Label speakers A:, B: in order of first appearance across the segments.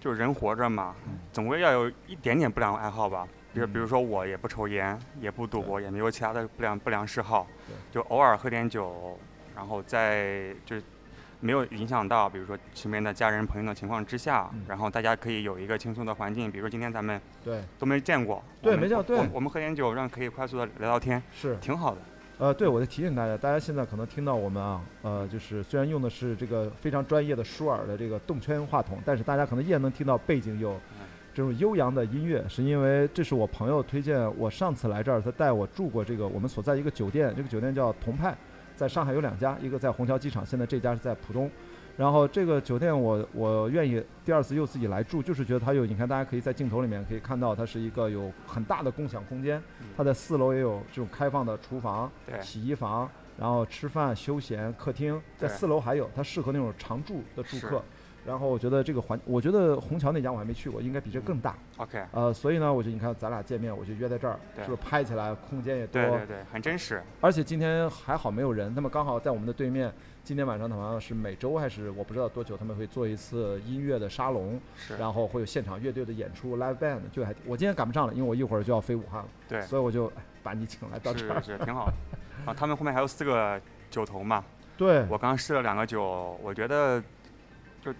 A: 就是人活着嘛，
B: 嗯
A: 总归要有一点点不良爱好吧。比如，比如说我也不抽烟，也不赌博，也没有其他的不良不良嗜好，就偶尔喝点酒，然后再就是没有影响到，比如说身边的家人朋友的情况之下，
B: 嗯
A: 然后大家可以有一个轻松的环境，比如说今天咱们
B: 对，
A: 都没见过，
B: 对
A: 我们
B: 没见过
A: 我
B: 对
A: 我们喝点酒，让可以快速的聊聊天，
B: 是。
A: 挺好的。
B: 呃，对，我在提醒大家，大家现在可能听到我们啊，呃，就是虽然用的是这个非常专业的舒尔的这个动圈话筒，但是大家可能依然能听到背景有这种悠扬的音乐，是因为这是我朋友推荐我上次来这儿，他带我住过这个我们所在一个酒店，这个酒店叫同派，在上海有两家，一个在虹桥机场，现在这家是在浦东。然后这个酒店我我愿意第二次又自己来住，就是觉得它有，你看大家可以在镜头里面可以看到，它是一个有很大的共享空间，它在四楼也有这种开放的厨房，
A: 对
B: 洗衣房，然后吃饭、休闲、客厅，在
A: 对
B: 四楼还有，它适合那种常住的住
A: 是
B: 客。然后我觉得这个环，我觉得虹桥那家我还没去过，应该比这更
A: 嗯
B: 大。
A: OK，
B: 呃，所以呢，我觉得你看咱俩见面，我就约在这儿，
A: 对
B: 是不是拍起来空间也多？
A: 对对对，很真实。
B: 而且今天还好没有人，他们刚好在我们的对面。今天晚上好像是每周还是我不知道多久，他们会做一次音乐的沙龙，
A: 是
B: 然后会有现场乐队的演出，live band。就还我今天赶不上了，因为我一会儿就要飞武汉了，
A: 对，
B: 所以我就哎把你请来到这儿
A: 是。是挺好的。啊，他们后面还有四个酒头嘛，
B: 对，
A: 我刚试了两个酒，我觉得就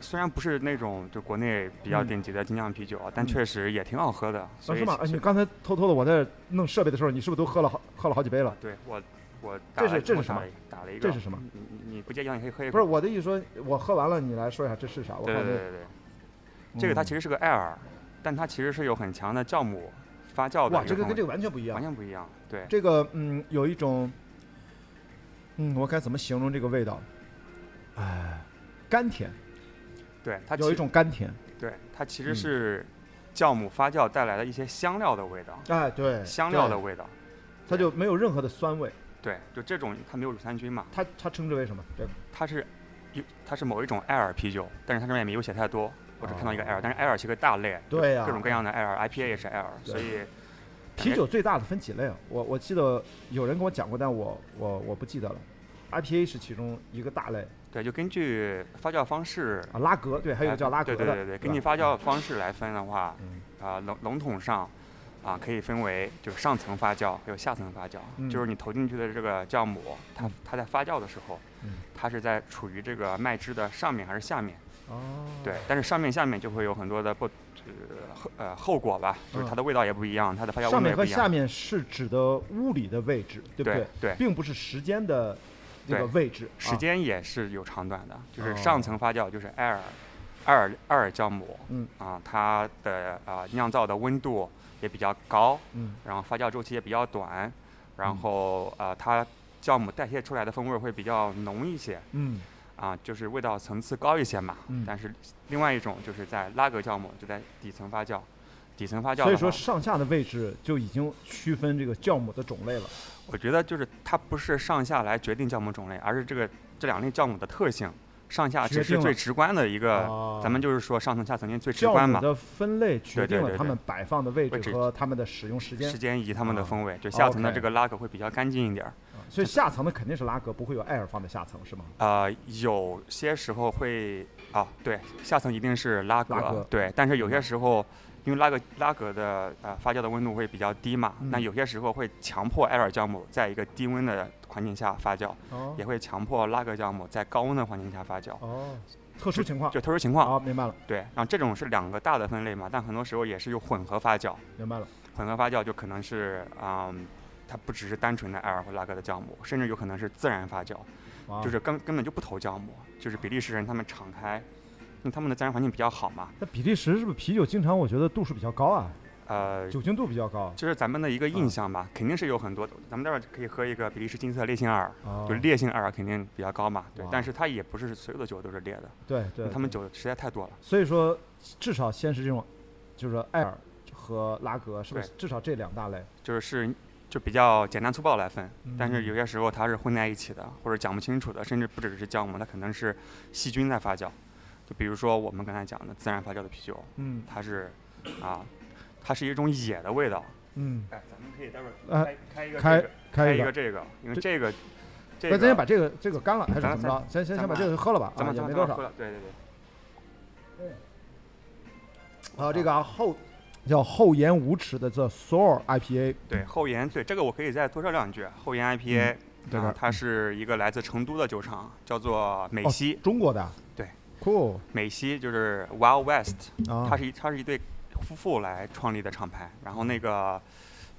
A: 虽然不是那种就国内比较
B: 嗯
A: 顶级的精酿啤酒啊，但
B: 嗯
A: 确实也挺好喝的。
B: 啊
A: 所以
B: 是吗？哎，
A: 其
B: 你
A: 实
B: 刚才偷偷的我在弄设备的时候，你是不是都喝了好喝了好几杯了？
A: 对我我打
B: 这是
A: 了
B: 这是
A: 我
B: 什
A: 打
B: 么
A: 了一打了一个，
B: 这是什么？
A: 你你你不介意，你可以喝一
B: 不是
A: 口。
B: 我的意思说，我喝完了你来说一下这是啥？我嗯
A: 对
B: 看
A: 对
B: 看
A: 对对对，这个它其实是个艾尔，但它其实是有很强的酵母发酵的
B: 哇，
A: 一风味，
B: 这个跟这
A: 个
B: 个完全不一样
A: 完。全不一样。对，
B: 这个嗯，有一种，嗯，我该怎么形容这个味道？哎，甘甜，
A: 对它
B: 有
A: 其
B: 一种甘甜。
A: 对它其
B: 嗯
A: 实是酵母发酵带来的一些香料的味道，
B: 哎，对，
A: 香料的
B: 对，
A: 味道。
B: 它就没有任何的酸味。
A: 对，就这种它没有乳酸菌嘛，
B: 它它称之为什么？这个
A: 它是有它是某一种艾尔啤酒，但是它上面也没有写太多。我只看到一个艾尔，
B: 哦
A: 但是艾尔是个大类，
B: 对呀
A: 各种各样的艾尔，IPA 也是艾尔，
B: 对
A: 所以感
B: 啤
A: 觉
B: 酒最大的分几类啊？我我记得有人跟我讲过，但我我我不记得了。IPA 是其中一个大类
A: 对，就根据发酵方式，
B: 啊，拉格对，还有一个叫拉格
A: 对
B: 的，嗯
A: 对对对，
B: 给
A: 根据
B: 你
A: 发酵方式来分的话
B: 嗯，
A: 啊笼笼统上。啊，可以分为就是上层发酵，还有下层发酵。
B: 嗯
A: 就是你投进去的这个酵母，它它在发酵的时候，
B: 嗯
A: 它是在处于这个麦汁的上面还是下面？
B: 哦，
A: 对，但是上面下面就会有很多的不，呃后呃后果吧，就是它的味道也不一样，它的发酵
B: 嗯上
A: 温度
B: 面
A: 也不
B: 和
A: 一
B: 下
A: 样。
B: 面是指的物理的位置，对不
A: 对对
B: 并不是时间的那个
A: 对
B: 位置，啊
A: 时间也是有长短的，就是
B: 哦
A: 上层发酵就是艾尔，艾尔艾尔酵母，
B: 嗯
A: 啊，它的啊酿造的温度也比较高，
B: 啊，嗯，
A: 然后发酵周期也比较短，
B: 嗯
A: 然后啊它酵母代谢出来的风味会比较浓一些，
B: 嗯，
A: 啊，就是味道层次高一些嘛。
B: 嗯
A: 但是另外一种就是在拉格酵母就在底层发酵，底层发酵
B: 所以
A: 的
B: 说
A: 话
B: 上下的位置就已经区分这个酵母的种类了。
A: 我觉得就是它不是上下来决定酵母种类，而是这个这两类酵母的特性，上下只
B: 决定
A: 是
B: 了
A: 最直观的一个。
B: 啊
A: 呃咱们就是说上层下层最直
B: 酵
A: 观
B: 母
A: 嘛，
B: 的分类决
A: 对对
B: 定了
A: 对
B: 它
A: 对
B: 们摆放的位
A: 位
B: 置
A: 置
B: 和它们的使用时间
A: 时，间以及它们的
B: 啊
A: 风味。就下层的
B: OK
A: 这个拉格会比较干净一点儿。
B: 啊所以下层的肯定是拉格，不会有艾尔放在下层，是吗？
A: 呃，有些时候会啊，对，下层一定是拉格，
B: 拉格嗯
A: 对，但是有些时候。因为拉格拉格的呃发酵的温度会比较低嘛，
B: 嗯
A: 那有些时候会强迫艾尔酵母在一个低温的环境下发酵，
B: 哦
A: 也会强迫拉格酵母在高温的环境下发酵，
B: 哦，特殊情况
A: 就特殊情况。
B: 啊，明白了，
A: 对，然后这种是两个大的分类嘛，但很多时候也是有混合发酵。
B: 明白了，
A: 混合发酵就可能是，嗯，它不只是单纯的艾尔或拉格的酵母，甚至有可能是自然发酵，
B: 啊
A: 就是根根本就不投酵母，就是比利时人他们敞开，因为他们的自然环境比较好嘛，
B: 那比利时是不是啤酒经常我觉得度数比较高啊，
A: 呃，
B: 酒精度比较高
A: 这是咱们的一个
B: 嗯
A: 印象吧，肯定是有很多的，咱们待会儿可以喝一个比利时金色烈性艾尔。
B: 啊？
A: 就烈性艾尔肯定比较高嘛，对
B: 哇，
A: 但是它也不是所有的酒都是烈的，
B: 对对，
A: 他们
B: 对
A: 酒实在太多了。
B: 所以说，至少先是这种，就是艾尔和拉格，是不是
A: 对
B: 至少这两大类？
A: 就是是就比较简单粗暴来分，但
B: 嗯
A: 是有些时候它是混在一起的，或者讲不清楚的，甚至不只是酵母，它可能是细菌在发酵。就比如说我们刚才讲的自然发酵的啤酒，
B: 嗯
A: 它是啊，它是一种野的味道。
B: 嗯，
A: 哎，咱们可以待会
B: 呃
A: 儿开开一个
B: 开
A: 这个
B: 开
A: 一
B: 个
A: 个。这个，因为
B: 这
A: 这个这
B: 那咱先把
A: 个
B: 啊这个这个干了，还是
A: 咱
B: 怎么着？先先先把这个喝了吧，
A: 咱
B: 啊，
A: 们
B: 也
A: 咱
B: 没
A: 们
B: 多
A: 咱们喝
B: 少。
A: 了，对对对。
B: 还有这个啊后叫厚颜无耻的这 Sour IPA，
A: 对厚颜，对这个我可以再多说两句。厚颜 IPA，、
B: 嗯对
A: 啊
B: 的，嗯
A: 它是一个来自成都的酒厂，叫做
B: 哦
A: 美西。
B: 中国的，啊
A: 对
B: ，Cool
A: 美西就是 Wild West，
B: 啊，
A: 它是一它是一对夫妇来创立的厂牌，然后那个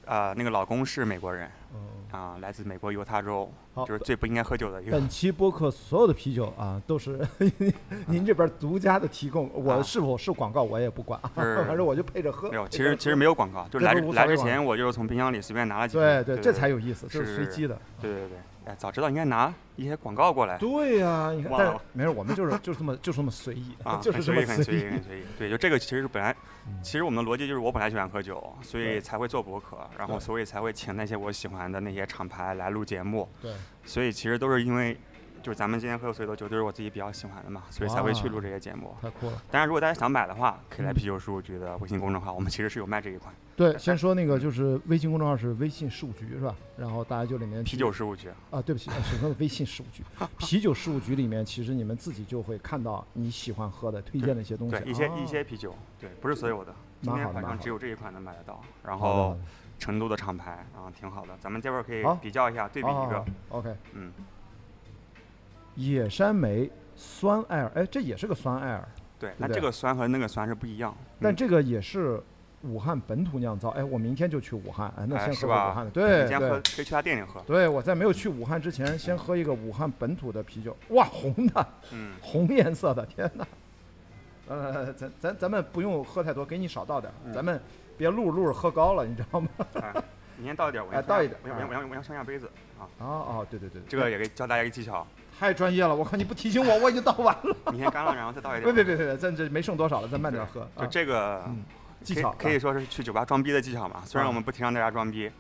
A: 呃那个老公是美国人
B: 嗯
A: 啊，来自美国犹他州，
B: 好
A: 就是最不应该喝酒的一个
B: 本期播客所有的啤酒啊，都是 您这边独家的提供，我
A: 啊
B: 是否是广告我也不管啊，
A: 是
B: 反 正我就配着喝。
A: 没有，其
B: 配着
A: 实
B: 喝
A: 其实没有广告，就
B: 这
A: 来
B: 都
A: 之
B: 无所
A: 来
B: 谓
A: 之
B: 嘛
A: 前我就是从冰箱里随便拿了几
B: 对
A: 瓶。
B: 对，
A: 对，
B: 这才有意思，这是随
A: 是
B: 机的。
A: 对对对，哎，早知道应该拿一些广告过来
B: 对呀，你看，
A: 哇哦
B: 但是没事，我们就是就是这么就是这么随意
A: 啊，，
B: 就
A: 很
B: 是这
A: 随意，
B: 么
A: 很随
B: 随嗯
A: 意，很随意。对，就这个其实是本来，其实我们的逻辑就是我本来喜欢喝酒，所以
B: 对
A: 才会做博客，然后
B: 对
A: 所以才会请那些我喜欢的那些厂牌来录节目，
B: 对，
A: 所以其实都是因为。就是咱们今天喝的所有的酒都是我自己比较喜欢的嘛，所以才会去录这些节目。
B: 太酷了。
A: 当然，如果大家想买的话，可以来
B: 嗯
A: 啤酒书局的微信公众号，我们其实是有卖这一款
B: 对，先说那个就是微信公众号是微信事务局是吧？然后大家就里面去
A: 啤酒事务局。
B: 啊，对不起，呃什么微信事 务局，啤酒事务局里面其实你们自己就会看到你喜欢喝的、推荐的一些东西，
A: 对，一些
B: 啊
A: 一些啤酒，对，不是所有的，今
B: 蛮
A: 天
B: 好的
A: 好
B: 蛮
A: 像
B: 好
A: 只有这一款能买得到。然
B: 好的好
A: 后
B: 的
A: 成都的厂牌，啊，挺好的，咱们这边可以
B: 好
A: 比较一下，对比
B: 好
A: 一
B: 好
A: 个
B: 好，OK，啊
A: 嗯，
B: 野山莓酸艾尔，哎，这也是个酸艾尔，
A: 对，
B: 不
A: 那这
B: 对
A: 个酸和那个酸是不一样，
B: 但
A: 嗯
B: 这个也是武汉本土酿造，哎，我明天就去武汉，哎，那
A: 哎
B: 先
A: 是
B: 喝个
A: 吧
B: 武汉的，
A: 你
B: 对
A: 先喝
B: 对。
A: 可以去他店里喝，
B: 对，我在没有去武汉之前，先喝一个武汉本土的啤酒。哇，红的，
A: 嗯，
B: 红颜色的，天哪！呃，咱咱咱们不用喝太多，给你少倒点儿，
A: 嗯
B: 咱们别录着录着喝高了，你知道吗？
A: 哎你先倒一点，我
B: 哎
A: 先
B: 倒
A: 倒
B: 一点
A: 我要
B: 哎
A: 我要我要上下杯子啊，
B: 哦哦，对对对，
A: 这个也给教大家一个技巧，
B: 太专业了，我靠，你不提醒我，我已经倒完 了。
A: 你先干了，然后再倒一
B: 别
A: 点，
B: 别别别，咱这没剩多少了，咱慢点喝。
A: 就
B: 啊
A: 这个
B: 嗯
A: 可
B: 技
A: 以
B: 巧
A: 可以
B: 啊
A: 说是去酒吧装逼的技巧嘛，虽然
B: 啊
A: 我们不提倡大家装 逼，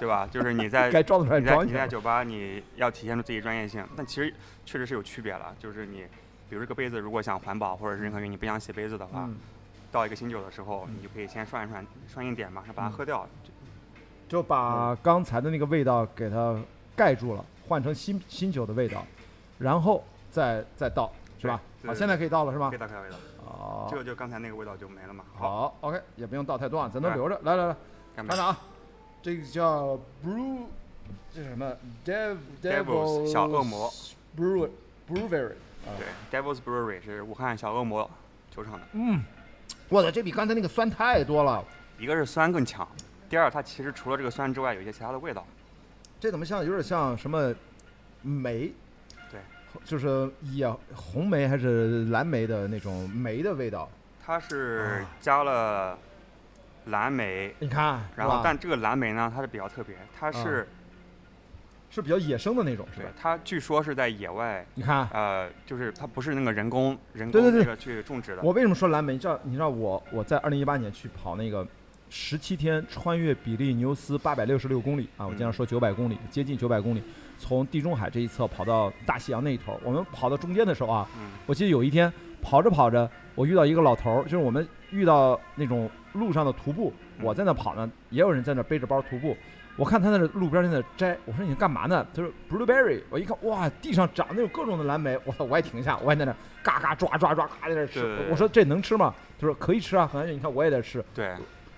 A: 对吧？就是你在
B: 该装的出来
A: 你在
B: 装一
A: 你在
B: 下。
A: 酒吧，你要体现出自己专业性，但其实确实是有区别了。就是你，比如这个杯子，如果想环保或者是任何原因你不想洗杯子的话，
B: 嗯，
A: 倒一个新酒的时候，你就可以先涮一涮，涮一点，马
B: 嗯
A: 上把它喝掉。
B: 就把刚才的那个味道给它盖住了，换成新新酒的味道，然后再再倒，是吧？
A: 对对
B: 好，
A: 对
B: 现在可以倒了是吗
A: 味？道可以味道，
B: 哦
A: 这，个就刚才那个味道就没了嘛。，
B: 好，OK，也不用倒太多啊，咱都
A: 来
B: 留着。来来来，
A: 干
B: 班
A: 杯。
B: 长啊，这个叫 Brew，这是什么？Dev
A: Devils，小恶魔
B: 啊 Brew Brewery 啊。
A: 对，Devil's Brewery 是武汉小恶魔酒厂
B: 嗯
A: 的，
B: 我的，这比刚才那个酸太多了，
A: 一个是酸更强，第二它其实除了这个酸之外，有一些其他的味道。
B: 这怎么像有点像什么梅？
A: 对，
B: 就是野红梅还是蓝莓的那种梅的味道。
A: 它是
B: 啊
A: 加了蓝莓，
B: 你看，
A: 然后
B: 是吧
A: 但这个蓝莓呢，它是比较特别，它是
B: 是比较野生的那啊种，是
A: 对
B: 吧？
A: 它据说是在野外。
B: 你看，啊
A: 呃，就是它不是那个人工人
B: 对
A: 工
B: 对
A: 那
B: 对
A: 个去种植的，
B: 我为什么说蓝莓？你知道，你知道我我在二零一八年去跑那个十七天穿越比利牛斯八百六十六公里啊，我经常
A: 嗯
B: 说九百公里，接近九百公里，从地中海这一侧跑到大西洋那一头。我们跑到中间的时候啊，
A: 嗯
B: 我记得有一天跑着跑着，我遇到一个老头儿，就是我们遇到那种路上的徒步，
A: 嗯
B: 我在那跑呢，也有人在那背着包徒步。我看他在那路边在那摘，我说你干嘛呢？他说 blueberry。我一看，哇，地上长的有各种的蓝莓，我操，我也停下，我也在那嘎嘎抓抓抓，嘎在那
A: 对对
B: 吃。
A: 对
B: 我说这能吃吗？他说可以吃啊，很安全。你看我也在吃，
A: 对，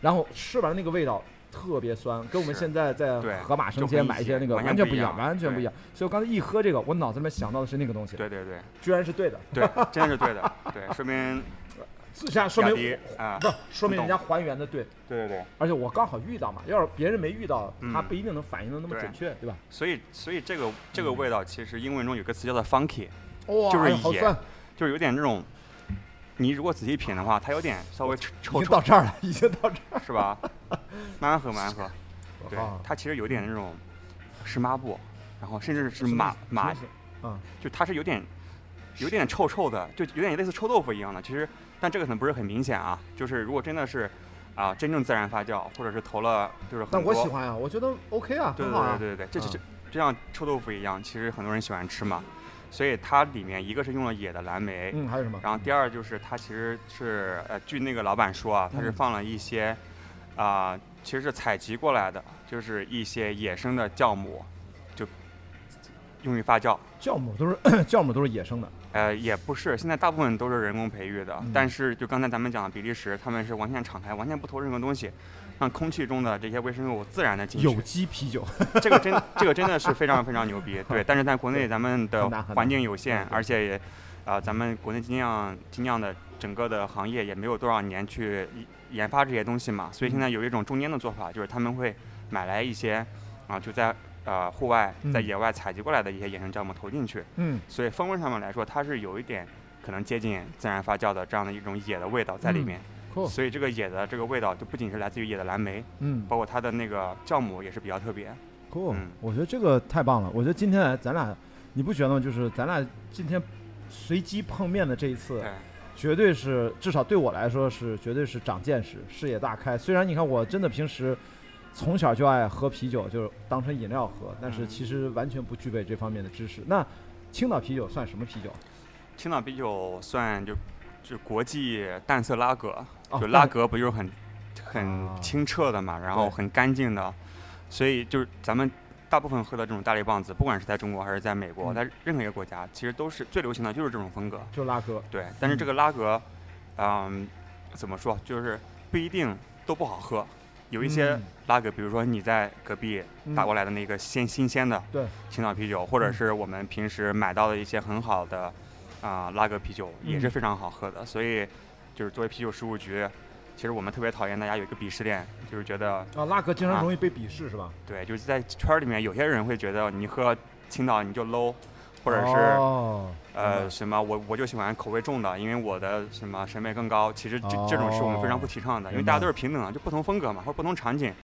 B: 然后吃完了那个味道特别酸，跟我们
A: 是
B: 现在在
A: 对
B: 盒马生
A: 就不
B: 鲜
A: 一
B: 买一些
A: 样
B: 那个
A: 完
B: 完
A: 全
B: 全
A: 不
B: 不一
A: 一
B: 样，
A: 样
B: 完全不一样。所以我刚才一喝这个，我脑子里面想到的是那个东西，
A: 对对对
B: 居然是对的。
A: 对，真的是对的，对，说明
B: 这下 说
A: 亚
B: 明
A: 迪啊，
B: 不是说明人家还原的对，
A: 对对对，
B: 而且我刚好遇到嘛，要是别人没遇到，
A: 嗯
B: 他不一定能反应的那么
A: 对
B: 准确，对吧？
A: 所以所以这个这
B: 嗯
A: 个味道其实英文中有个词叫做 funky，
B: 哇
A: 就是
B: 哎好
A: 野
B: 酸，
A: 就是有点那种，你如果仔细品的话，它有点稍微
B: 已
A: 臭
B: 经
A: 臭
B: 到这儿了，已经到这儿
A: 是吧？慢慢喝，慢慢喝，
B: 了。
A: 对
B: 啊，
A: 它其实有点那种湿抹布，然后甚至是
B: 什么
A: 马
B: 意思
A: 马
B: 什么意思啊，
A: 就它是有点有点臭臭的，就有点类似臭豆腐一样的。其实，但这个可能不是很明显啊。就是如果真的是啊，真正自然发酵，或者是投了就是很
B: 但我
A: 多，
B: 喜欢呀，我觉得 OK 啊，
A: 对
B: 很
A: 对
B: 好啊
A: 对。对对，这
B: 啊
A: 这就像臭豆腐一样，其实很多人喜欢吃嘛。所以它里面一个是用了野的蓝莓，
B: 嗯，还有什么？
A: 然后第二就是它其实是呃，据那个老板说啊，它是
B: 嗯
A: 放了一些啊、其实是采集过来的，就是一些野生的酵母，就用于发酵。
B: 酵母都是酵母都是野生的，
A: 呃，也不是，现在大部分都是人工培育的。
B: 嗯
A: 但是就刚才咱们讲的比利时，他们是完全敞开，完全不投任何东西，让空气中的这些微生物自然的进
B: 有
A: 去。
B: 机啤酒，
A: 这个真，这个真的是非常非常牛逼。 对，但是在国内咱们的
B: 很难很难
A: 环境有限，
B: 对
A: 而且也，啊，咱们国内精酿精酿的整个的行业也没有多少年去研发这些东西嘛，所以
B: 嗯
A: 现在有一种中间的做法，就是他们会买来一些，啊，就在呃户外
B: 嗯
A: 在野外采集过来的一些野生酵母投进去。
B: 嗯，
A: 所以风味上面来说，它是有一点可能接近自然发酵的这样的一种野的味道在
B: 嗯
A: 里面。
B: 酷，
A: 所以这个野的这个味道，就不仅是来自于野的蓝莓，
B: 嗯
A: 包括它的那个酵母也是比较特别。
B: 酷
A: 嗯，
B: 我觉得这个太棒了。我觉得今天来咱俩，你不觉得吗？就是咱俩今天随机碰面的这一次
A: 对，，
B: 绝对是至少对我来说是绝对是长见识、视野大开。虽然你看我真的平时从小就爱喝啤酒，就是当成饮料喝，但是
A: 嗯
B: 其实完全不具备这方面的知识。那青岛啤酒算什么啤酒？
A: 青岛啤酒算就就国际淡色拉格，
B: 哦
A: 就拉格不就是很
B: 啊
A: 很清澈的嘛，然后
B: 对
A: 很干净的，所以就是咱们。大部分喝的这种大力棒子，不管是在中国还是在美国，
B: 嗯
A: 在任何一个国家，其实都是最流行的就是这种风格。
B: 就拉格，
A: 对，但是这
B: 嗯
A: 个拉格，嗯，怎么说，就是不一定都不好喝。有一些
B: 嗯
A: 拉格，比如说你在隔壁打过来的那个鲜新鲜的
B: 对
A: 青岛啤酒，或者
B: 嗯
A: 是我们平时买到的一些很好的啊、拉格啤酒，也是
B: 嗯
A: 非常好喝的。所以就是作为啤酒事务局，其实我们特别讨厌大家有一个鄙视链，就是觉得
B: 啊，拉格经常容易被鄙视是吧？
A: 对，就是在圈儿里面有些人会觉得你喝青岛你就 low，或者是、
B: 哦，
A: 呃，
B: 嗯
A: 什么我我就喜欢口味重的，因为我的
B: 哦
A: 什么审美更高。其实这、这种是我们非常不提倡的，因为
B: 明
A: 大家
B: 白
A: 都是平等的，就不同风格嘛，或者不同场景，